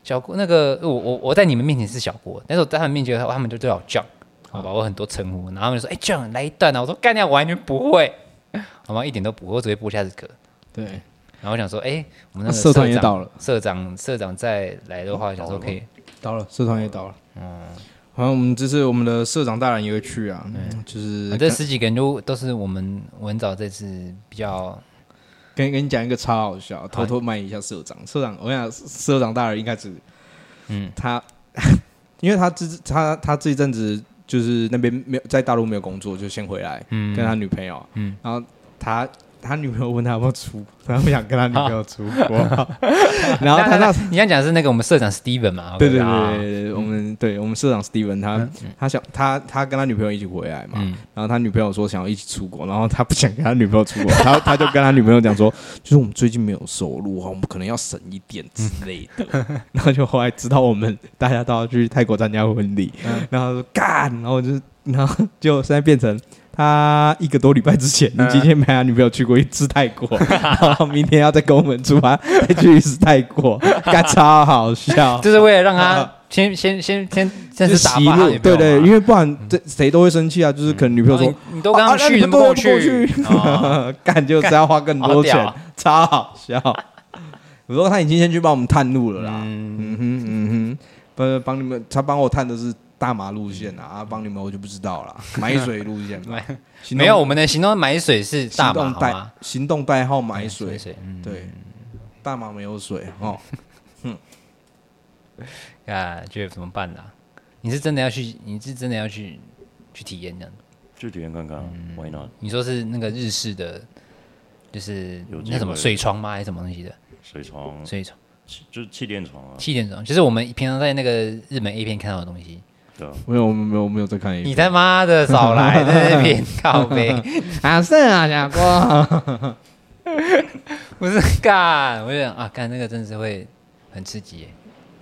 小郭那个我我我在你们面前是小郭，但是我在他们面前的话，他们就对我 John，好吧，我很多称呼，然后他们就说：“哎、j o h n 来一段啊！”我说：“干掉我完全不会， <laughs> 好吗？一点都不会，我只会播下子歌。
<laughs> 对，”
然后我想说：“哎、我
那
们那个
啊社团也
长
倒了，哦
社长社长再来的话，想说可以，
倒了，社团也倒了，嗯，好像我们这次我们的社长大人也会去啊，嗯就是
反正十几个人都都是我们文藻这次比较
跟跟你讲一个超好笑，偷偷卖一下社长。社长，我想社长大人应该是，
嗯，
他， <laughs> 因为他这他他这一阵子就是那边没有在大陆没有工作，就先回来，
嗯
跟他女朋友，
嗯，
然后他他女朋友问他要不要出，他不想跟他女朋友出国，然后他
那
那
你现在讲的是那个我们社长 Steven 嘛？
对对
啊
对，对对，我们对我们社长 Steven 他他想他他跟他女朋友一起回来嘛，然后他女朋友说想要一起出国，然后他不想跟他女朋友出国，他他就跟他女朋友讲说，就是我们最近没有收入啊，我们可能要省一点之类的。然后就后来知道我们大家都要去泰国参加婚礼，然后他说干，然后就然后就现在变成。他一个多礼拜之前，你今天陪他女朋友去过一次泰国，然后明天要再跟我们出发，再去一次泰国，干超好笑。
就是为了让他先先先先先
啊就是
打
息
发
怒
他女朋
对
友
对，
嘛
因为不然这谁都会生气啊。就是可能女朋友
然后
说
你你都跟他
啊啊
去，
你
怎
们
么
都不
跟我
过
去？
<laughs>
哦
去，干就是要花更多
好屌
钱
啊，
超好笑。我说他已经先去帮我们探路了啦，
嗯，
嗯哼嗯哼，帮帮你们，他帮我探的是大麻路线啊，啊帮你们我就不知道
<laughs>
啦，买水路线吧行动
没有，我们的行动买水是
行
大麻
动
好
代
吗？
行动代号买水，
水，嗯，
对，大麻没有水哦，
啊，Jeff 怎么办呢？你是真的要去？你是真的要去去体验这样？
去体验看看啊，Why not？
你说是那个日式的，就是
有机会
那什么水床吗？还是什么东西的
水床
水床、
气就是气垫床啊，
气垫床？就是我们平常在那个日本 A 片看到的东西。
对啊，
没有没有没有在看
你他妈的少来在那边靠背！
<laughs> 啊是啊，小郭，
不是干，我就想啊，干那个真的是会很刺激耶。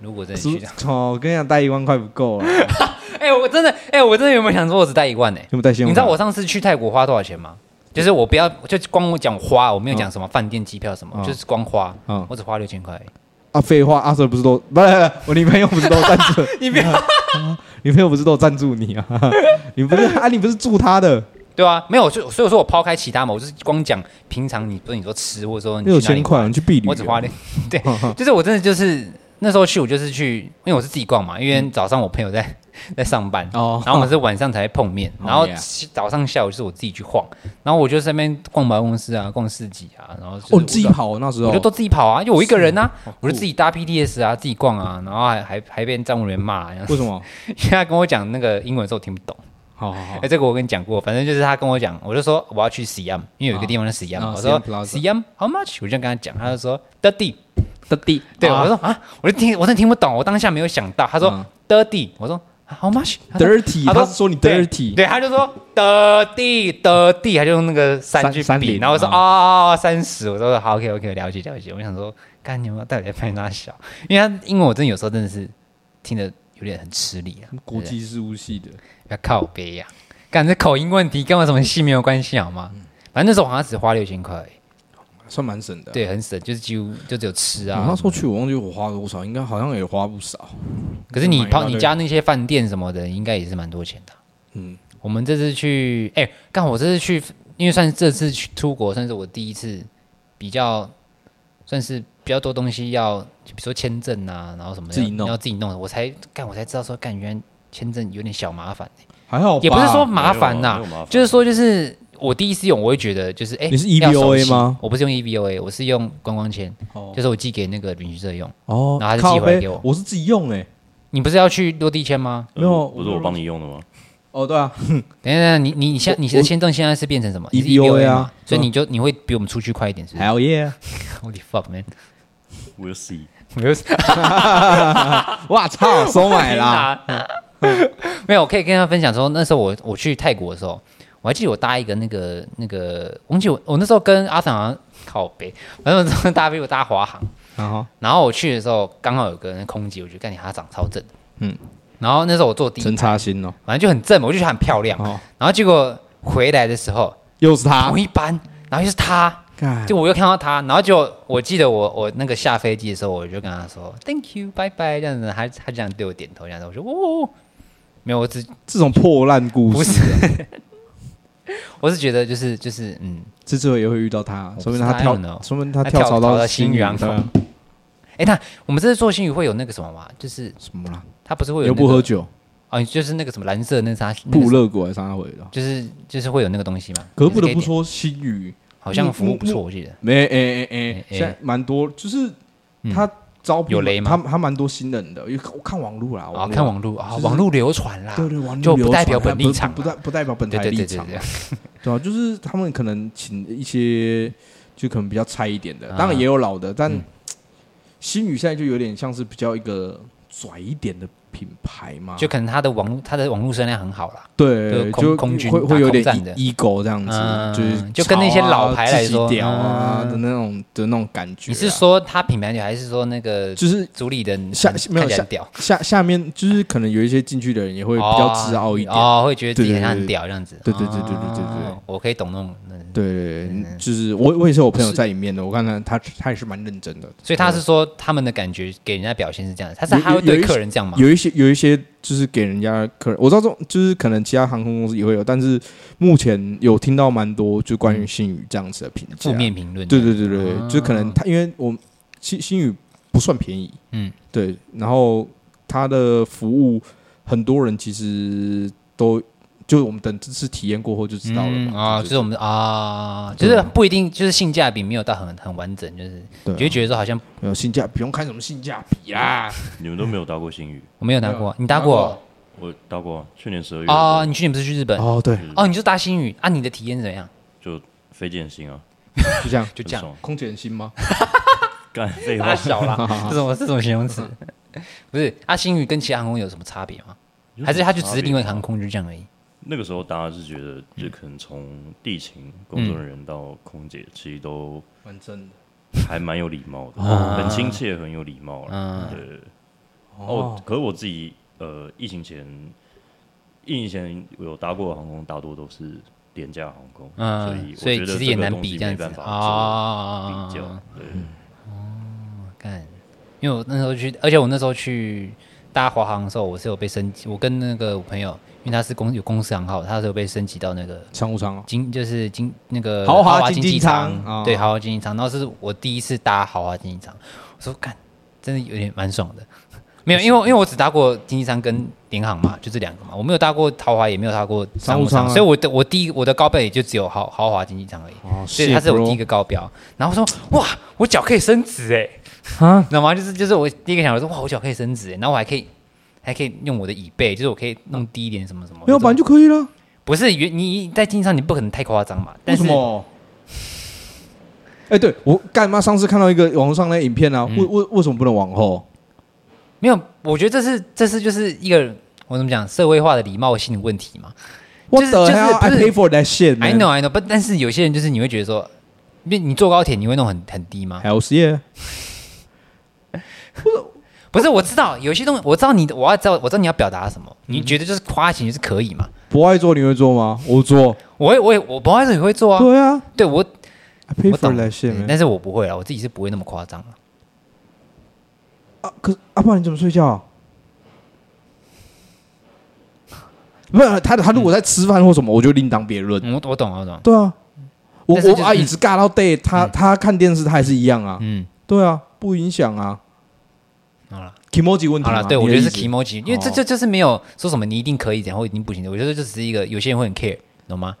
如果真的去的话，啊
哦，我跟你讲，带一万块不够啊。
哎、我真的，哎、我真的有没有想说我只带一万呢、
有没有带信
你
用
知
卡？
道我上次去泰国花多少钱吗？就是我不要，就光我讲花，我没有讲什么饭店、机票什么，
嗯
就是光花，
嗯
我只花六千块而已。
啊，废话，阿 Sir 不是都不是不是我女朋友不是都赞助
<laughs> 你不要
<laughs> 女朋友不是都赞助你啊？ <laughs> 你不是啊？你不是住她的
对啊，没有，就所以我说我抛开其他嘛，我就是光讲平常你不是你说吃，或者 <laughs> 说你去
六
哪里
千块？你去避旅？啊
我只花了， <laughs> 对，就是我真的就是那时候去，我就是去，因为我是自己逛嘛，因为早上我朋友在在上班，
哦
然后我们是晚上才会碰面，
哦
然后
yeah
其早上下午就是我自己去晃，然后我就在那边逛百货公司啊，逛市集啊，然后就是
哦，
我
你自己
就，
跑那时候
我就都自己跑啊，因为我一个人啊，
好酷
我就自己搭 BTS 啊，自己逛啊，然后还还还被站务人员骂、啊，然后
为什么？
因为他跟我讲那个英文的时候我听不懂。
好好好
<laughs> 哎、，这个我跟你讲过，反正就是他跟我讲，我就说我要去 CM，因为有一个地方是 CM，、
啊，Siam
我说
Plaza
CM how much，我就跟他讲，他就说 dirty，
地
对、我说啊，我就听，我真的听不懂，我当下没有想到，他说、
嗯
dirty，我说、啊 how much，他说
dirty，
他说
他是说你
对
dirty，
对，他就说 dirty dirty，他就用那个三
三
去
三
比，
零
然后我说
啊
哦三十，我说好 OK OK，了解了解，我想说干你们到底在拍哪小，因为他英文我真的有时候真的是听得有点很吃力啊，
国际事务系的，
不要靠背呀、感觉口音问题跟我什么戏没有关系好
嗯
吗？反正那时候我好像只花六千块而已，
算蛮省的。，
对，很啊省，就是几乎就只有吃
啊我
啊。
那时候去，我忘记我花了多少，应该好像也花不少。
可是你
买一大
跑
堆
你家那些饭店什么的，应该也是蛮多钱的。
嗯，
我们这次去，哎、刚我这次去，因为算是这次去出国，算是我第一次比较，算是比较多东西要，就比如说签证啊，然后什么
自己
要
弄
要自己弄的，我才干，我才知道说干原来签证有点小麻烦、
还好吧，
也不是说麻烦呐、
没有啊没有麻烦
就是说就是我第一次用，我会觉得就是哎、
你是 E
要熟
EVOA
悉
吗？
我不是用 E EVOA，我是用观光签，
哦
就是我寄给那个旅行社用。
哦
然后他就
靠
寄回来
背
给我
我是自己用哎。
你不是要去落地签吗？
没有
嗯不是我帮你用的吗？
哦，
<laughs>
对啊，
等一下等一下，你你你现你的签证现在是变成什么你是 E
EVOA 啊哎
嘛所以你就你会比我们出去快一点，是不是
Hell yeah！
<laughs> ？Holy fuck man！
我 l see。
没有
哇操，收买啦！
<laughs> 啦，没有，我可以跟他分享说，那时候我我去泰国的时候，我还记得我搭一个那个那个，忘记我我那时候跟阿长好像靠北， <laughs> 反正我那时候搭飞我搭华航，
然后
然后我去的时候刚好有个人空姐，我觉得干你她长超正，嗯
嗯，
然后那时候我坐第一
真差心哦，
反正就很正嘛，我就觉得她很漂亮，
哦，
然后结果回来的时候
又是他
同，一班，然后又是她。
干
就我又看到他，然后就我记得我我那个下飞机的时候，我就跟他说 “Thank you，拜拜”这样子，他他就这样对我点头，这样子，我说哦，没有，我只
这种破烂故
不
事，
是，我是觉得就是就是嗯，
这次我也会遇到他，
不
说明
知
他
道
跳
，I don't，know
说明他
他
跳
跳
槽
槽
到
到新宇
宇
航
对啊
哎，那我们这次做新语会有那个什么嘛，就是
什么啦？
他不是会有、
又
那
不
个
喝酒，
哦，就是那个什么蓝色那啥
不，
那个
乐果还是啥回的？
就是就是会有那个东西嘛，
可是不得
就是可以
不
点，
说，嗯新宇
好像服务不错，我记得
没诶诶
哎
诶，现在蛮多，就是他招聘
嗯有雷吗
他他蛮多新人的，因为我看网络啦，
啊，
络
看网络啊，
就是
网络流传啦，
对对，网络
就
流
不
传
代表本立场啊，
不不代不代表本
对
台
对
立
对对
场
对，，
对啊，就是他们可能请一些就可能比较菜一点的，
啊
当然也有老的，但
嗯
新宇现在就有点像是比较一个拽一点的品牌嘛，
就可能他的网他的网络声量很好啦。
对，
就空
就
空军
会
打
会有
空
点
战的
e- ego 这样子，
嗯
就是
就跟那些
吵啊
老牌来
自己
说
屌啊
嗯
的那种的那种感觉啊。
你是说他品牌女，还是说那个
就是
组里的
下
很
没有
看起来
下
很屌，
下下面就是可能有一些进去的人也会比较自傲一点，
哦，哦会觉得自己
对对对
很屌这样子。
对对对对对对对
哦我可以懂那种。嗯
对对
嗯
对，就是我我也是有朋友在里面的，我看他他他也是蛮认真的，
所以他是说他们的感觉给人家表现是这样的，他是
有
他会
有有
对
一些
客人这样吗？
有一些有一些就是给人家可能我知道这种就是可能其他航空公司也会有，但是目前有听到蛮多就关于新宇这样子的评价，
负面评论？
啊对对对对，
啊
就可能他因为我新新宇不算便宜，
嗯，
对，然后他的服务很多人其实都就我们等这次体验过后就知道了
嗯
嘛
啊，就
对
是我们啊，就是不一定，就是性价比没有到很很完整，就是
对啊
你就会觉得说好像
没有性价，不用看什么性价比啦。
你们都没有搭过新宇，
我没有搭过，
啊
你搭过
我搭过啊，去年十二月的时候
啊？你去年不是去日本
哦，对，
哦？你就搭新宇啊？你的体验怎么样？。
就飞机很新啊，
就这样
就
很
这样，
爽，
空姐很新
<laughs>
吗？ <laughs>
干废话
大，小啦，
好好好
这种这种形容词， <laughs> 不是啊？新宇跟其他航空有什么差别吗？ <laughs> 还是它就只是另外一个航空，就这样而已？
那个时候大家是觉得，就可能从地勤工作人员到空姐，其实都
蛮真的。
还蛮有礼貌的，
啊
很亲切，很有礼貌啦。
嗯，
对，哦
哦，，
可是我自己呃，疫情前，疫情前有搭过的航空，大多都是廉价航空，
嗯，
所
所
以
以其
我觉得
实
这
也
个
难
东
比
西
这
没
样子
办法做
啊
比较。对，
哦干，因为我那时候去，而且我那时候去搭华航的时候，我是有被升级，我跟那个我朋友，因为他是公有公司行号，他是有被升级到那个
商务舱哦，
经就是经那个
豪华
经
经
济
济舱哦
对豪华经济舱。然后是我第一次搭豪华经济舱，我说干，真的有点蛮爽的。没有，因为因为我只搭过经济舱跟联航嘛，就这两个嘛，我没有搭过豪华，也没有搭过商务
商务舱
舱，
啊
所以我的我第一我的高标也就只有豪豪华经济舱而已，
哦，
所以它是我第一个高标。然后我说哇，我脚可以伸直哎、
啊
你，知道吗？就是就是我第一个想法说哇，我脚可以伸直、欸，然后我还可以还可以用我的椅背，就是我可以弄低一点什么什么。
哦没有
这种
本来就可以了。
不是原你在经济舱你不可能太夸张嘛？但
为
是
什么？
<laughs>
哎，对我干妈上次看到一个网络上那影片啊，
嗯
为为为什么不能往后？
没有，我觉得这是这是就是一个我怎么讲社会化的礼貌性的问题嘛。
我
就是就是
I
不是
pay for that shit.
I
man.
know I know，but 但是有些人就是你会觉得说，你你坐高铁你会弄很很低吗？
Hell yeah！
不是，我知道有些东西，我知道你我要知道我知道你要表达什么，
嗯
你觉得就是夸起就是可以嘛？
不爱做你会做吗？我做。
我会我也我不好意思也会做啊，
对啊
对我
，I pay
我
for
懂
that shit.
嗯
man.
但是我不会啊，我自己是不会那么夸张啊。
啊，可是啊，不然你怎么睡觉、 <laughs> 不是他，他如果在吃饭或什么，我就另当别论。
嗯我我懂啊我懂，
对啊，我
但是就
我
是
把椅子尬到 day，他他看电视他还是一样啊。
嗯，
对啊，不影响啊。
好了。
emoji 问题
好
嘛
了，对我觉得
你
是
的意思
emoji，因为这
哦
这就是没有说什么你一定可以，然后一定不行的。我觉得这只是一个有些人会很 care，懂吗？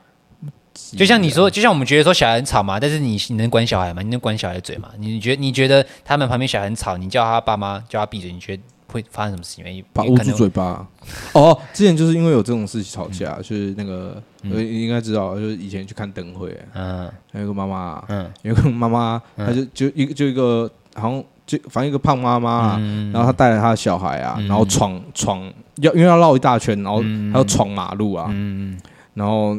就像你说，就像我们觉得说小孩很吵嘛，但是你你能管小孩吗？你能管小孩的嘴吗？你你觉得你觉得他们旁边小孩很吵，你叫他爸妈叫他闭嘴，你觉得会发生什么事情吗？也
把
也
捂
可
住
能
嘴巴。哦，之前就是因为有这种事情吵
嗯
架，就是那个呃你应该知道，就是以前去看灯会，
嗯
还有个妈妈，
嗯
有个妈妈，她就就一个就一个好像就反正一个胖妈妈啊，
嗯
然后她带了她的小孩啊，
嗯
然后闯闯要因为要绕一大圈，然后
嗯
还要闯马路啊，
嗯
然后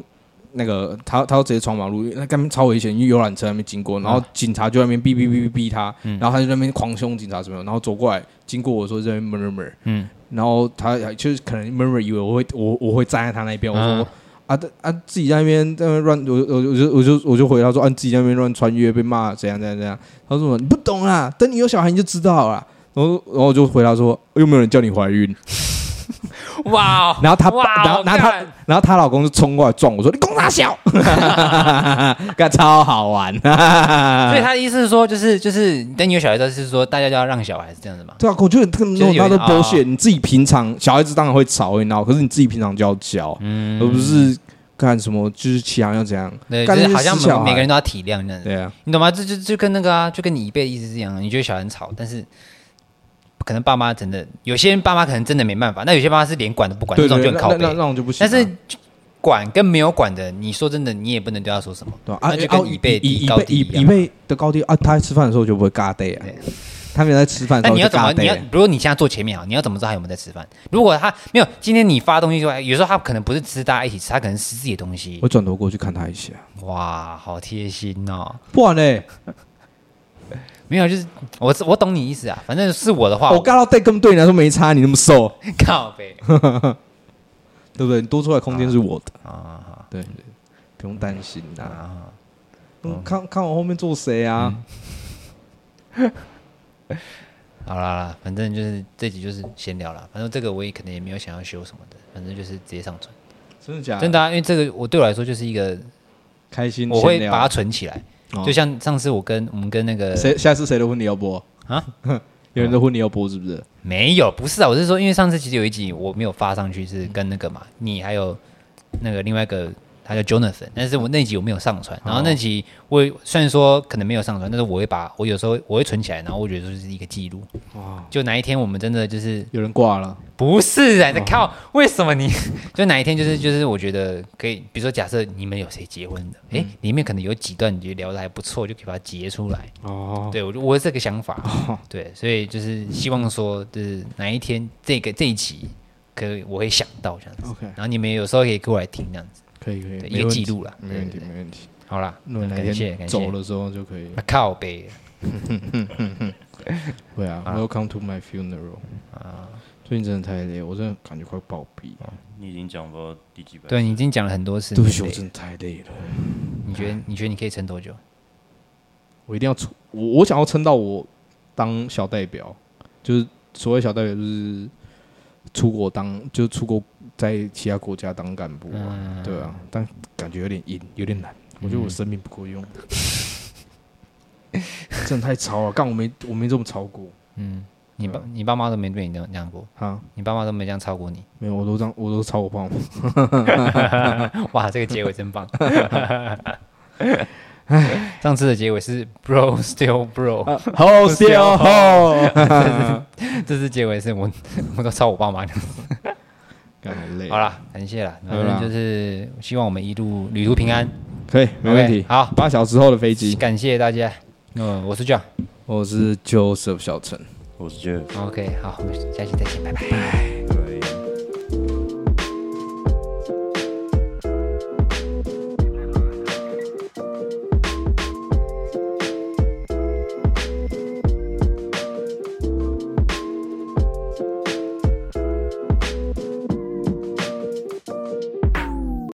那个他他要直接闯马路，那根本超危险，因为游览车还没经
啊
过，然后警察就在那边哔哔哔哔哔他，
嗯
然后他就在那边狂凶警察什么的，然后走过来经过我说这边 murmur，
嗯
然后他就是可能 murmur 以为我会我我会站在他那边，我说。
嗯
啊啊！自己在那边在那边乱，我我我就我就我就回他说，啊，你自己在那边乱穿越被骂怎样怎样怎样。他说什么你不懂啦，等你有小孩你就知道啦。然后然后我就回答说，又没有人叫你怀孕。
哇哦，
然后她
哇哦
然后然后她
干
然后她老公就冲过来撞我说：“你攻他小， <laughs> 干超好玩。
所以他的意思是说，就是就是等你有小孩之后，是说大家就要让小孩是这样子嘛”？
对啊，我觉得这个
就是有一
那都
点
剥削。
啊
你自己平常小孩子当然会吵会闹，可是你自己平常就要教，
嗯
而不是干什么就是其他要怎样。
对，就
干
是
那些
好像
死小
每每个
孩
人都要体谅这样子，
对啊，
你懂吗？这就就跟那个啊，就跟你一辈的意思是一样的。你觉得小孩很吵，但是可能爸妈真的有些人爸妈可能真的没办法，那有些爸妈是连管都不管，
对
这种
对，
就
那
很靠
那那
背。
那种就不行
但
啊。
是管跟没有管的，你说真的，你也不能对他说什么。
对啊，啊
那就
啊
跟以备
以以以
高
备
低
以
一样
以备的高低啊，他在吃饭的时候就不会嘎呆啊
对，
他没有在吃饭的时
那
候
你要
就
怎么
嘎？呆
你要
啊。
如果你现在坐前面啊，你要怎么知道他有没有在吃饭？如果他没有，今天你发东西出来，有时候他可能不是吃大家一起吃，他可能吃自己的东西
我。转头过去看他一下，
哇，好贴心哦！
不然嘞，
没有，就是我是我懂你意思啊。反正是我的话，
我
我
嘎到带根本对你来说没差，你那么瘦，
<laughs> 靠呗。
对不对？你多出来空间是我的。
啊
对，对不用担心
啊
啦。
啊！嗯
嗯，看看我后面坐谁啊？
好啦好啦，反正就是这集就是闲聊啦。反正这个我也可能也没有想要修什么的，反正就是直接上传。
真的假的？
真的啊，因为这个我对我来说就是一个，
开心，
我会
闲聊
把它存起来。
哦
就像上次我跟我们跟那个
谁下次谁的婚礼要播
啊？
<laughs> 有人的婚礼要播是不是？
没有，不是啊，我是说，因为上次其实有一集我没有发上去，
嗯
是跟那个嘛，你还有那个另外一个，他叫 Jonathan，但是我那集我没有上
哦
传，然后那集我也虽然说可能没有上传，但是我会把我有时候我会存起来，然后我觉得就是一个记录，
哇，
就哪一天我们真的就是
有人挂了，
不是啊，你在
哦
靠，为什么你 <laughs> 就哪一天就是就是我觉得可以，比如说假设你们有谁结婚的，
嗯
诶，里面可能有几段你觉得聊的还不错，就可以把它截出来。
哦，
对，我就我有这个想法，对，所以就是希望说，就是哪一天这个这一集，可以我会想到这样子
OK
然后你们有时候可以过来听这样子，
可以可以
对，
哦没
一个
问
记
题
录啦
没
对
问
对
题没问题。
好啦，
那我哪
感谢
天
感
走
谢，
的时候就可以
啊。靠北
会啊，Welcome to my funeral
啊，
最近真的太累，我真的感觉快暴毙。
你已经讲不到第几百，
对，你已经讲了很多次，
对不起，
你
我
累
真的太累了。
你觉得你觉得你可以撑多久？
我一定要出，我我想要撑到我当小代表，就是所谓小代表就是出国当，就是出国在其他国家当干部啊，
嗯，
对啊，但感觉有点硬，有点难，我觉得我生命不够用， <laughs> 真的太吵了，干我没我没这么吵过
嗯，你爸你爸妈都没对你这样这样过，
啊，
你爸妈都没这样
<laughs>
超过你， <laughs>
没有，我都这样，我都吵我爸妈，
哇，这个结尾真棒。 <laughs> 上次的结尾是 bro <laughs> still bro，、
啊 <laughs> 好
笑
吼，
这次结尾是我 <laughs> 我都超我爸妈的。
干好累，
好，啦，感谢啦，
好啦
反正就是希望我们一路旅途平安，
可以，没问
OK，
题，
好，
八小时后的飞机，
感谢大家。嗯，我是 John，OK，、
我是 Joseph 小陈。
我是觉得。
OK，好，我们下期再见，拜拜。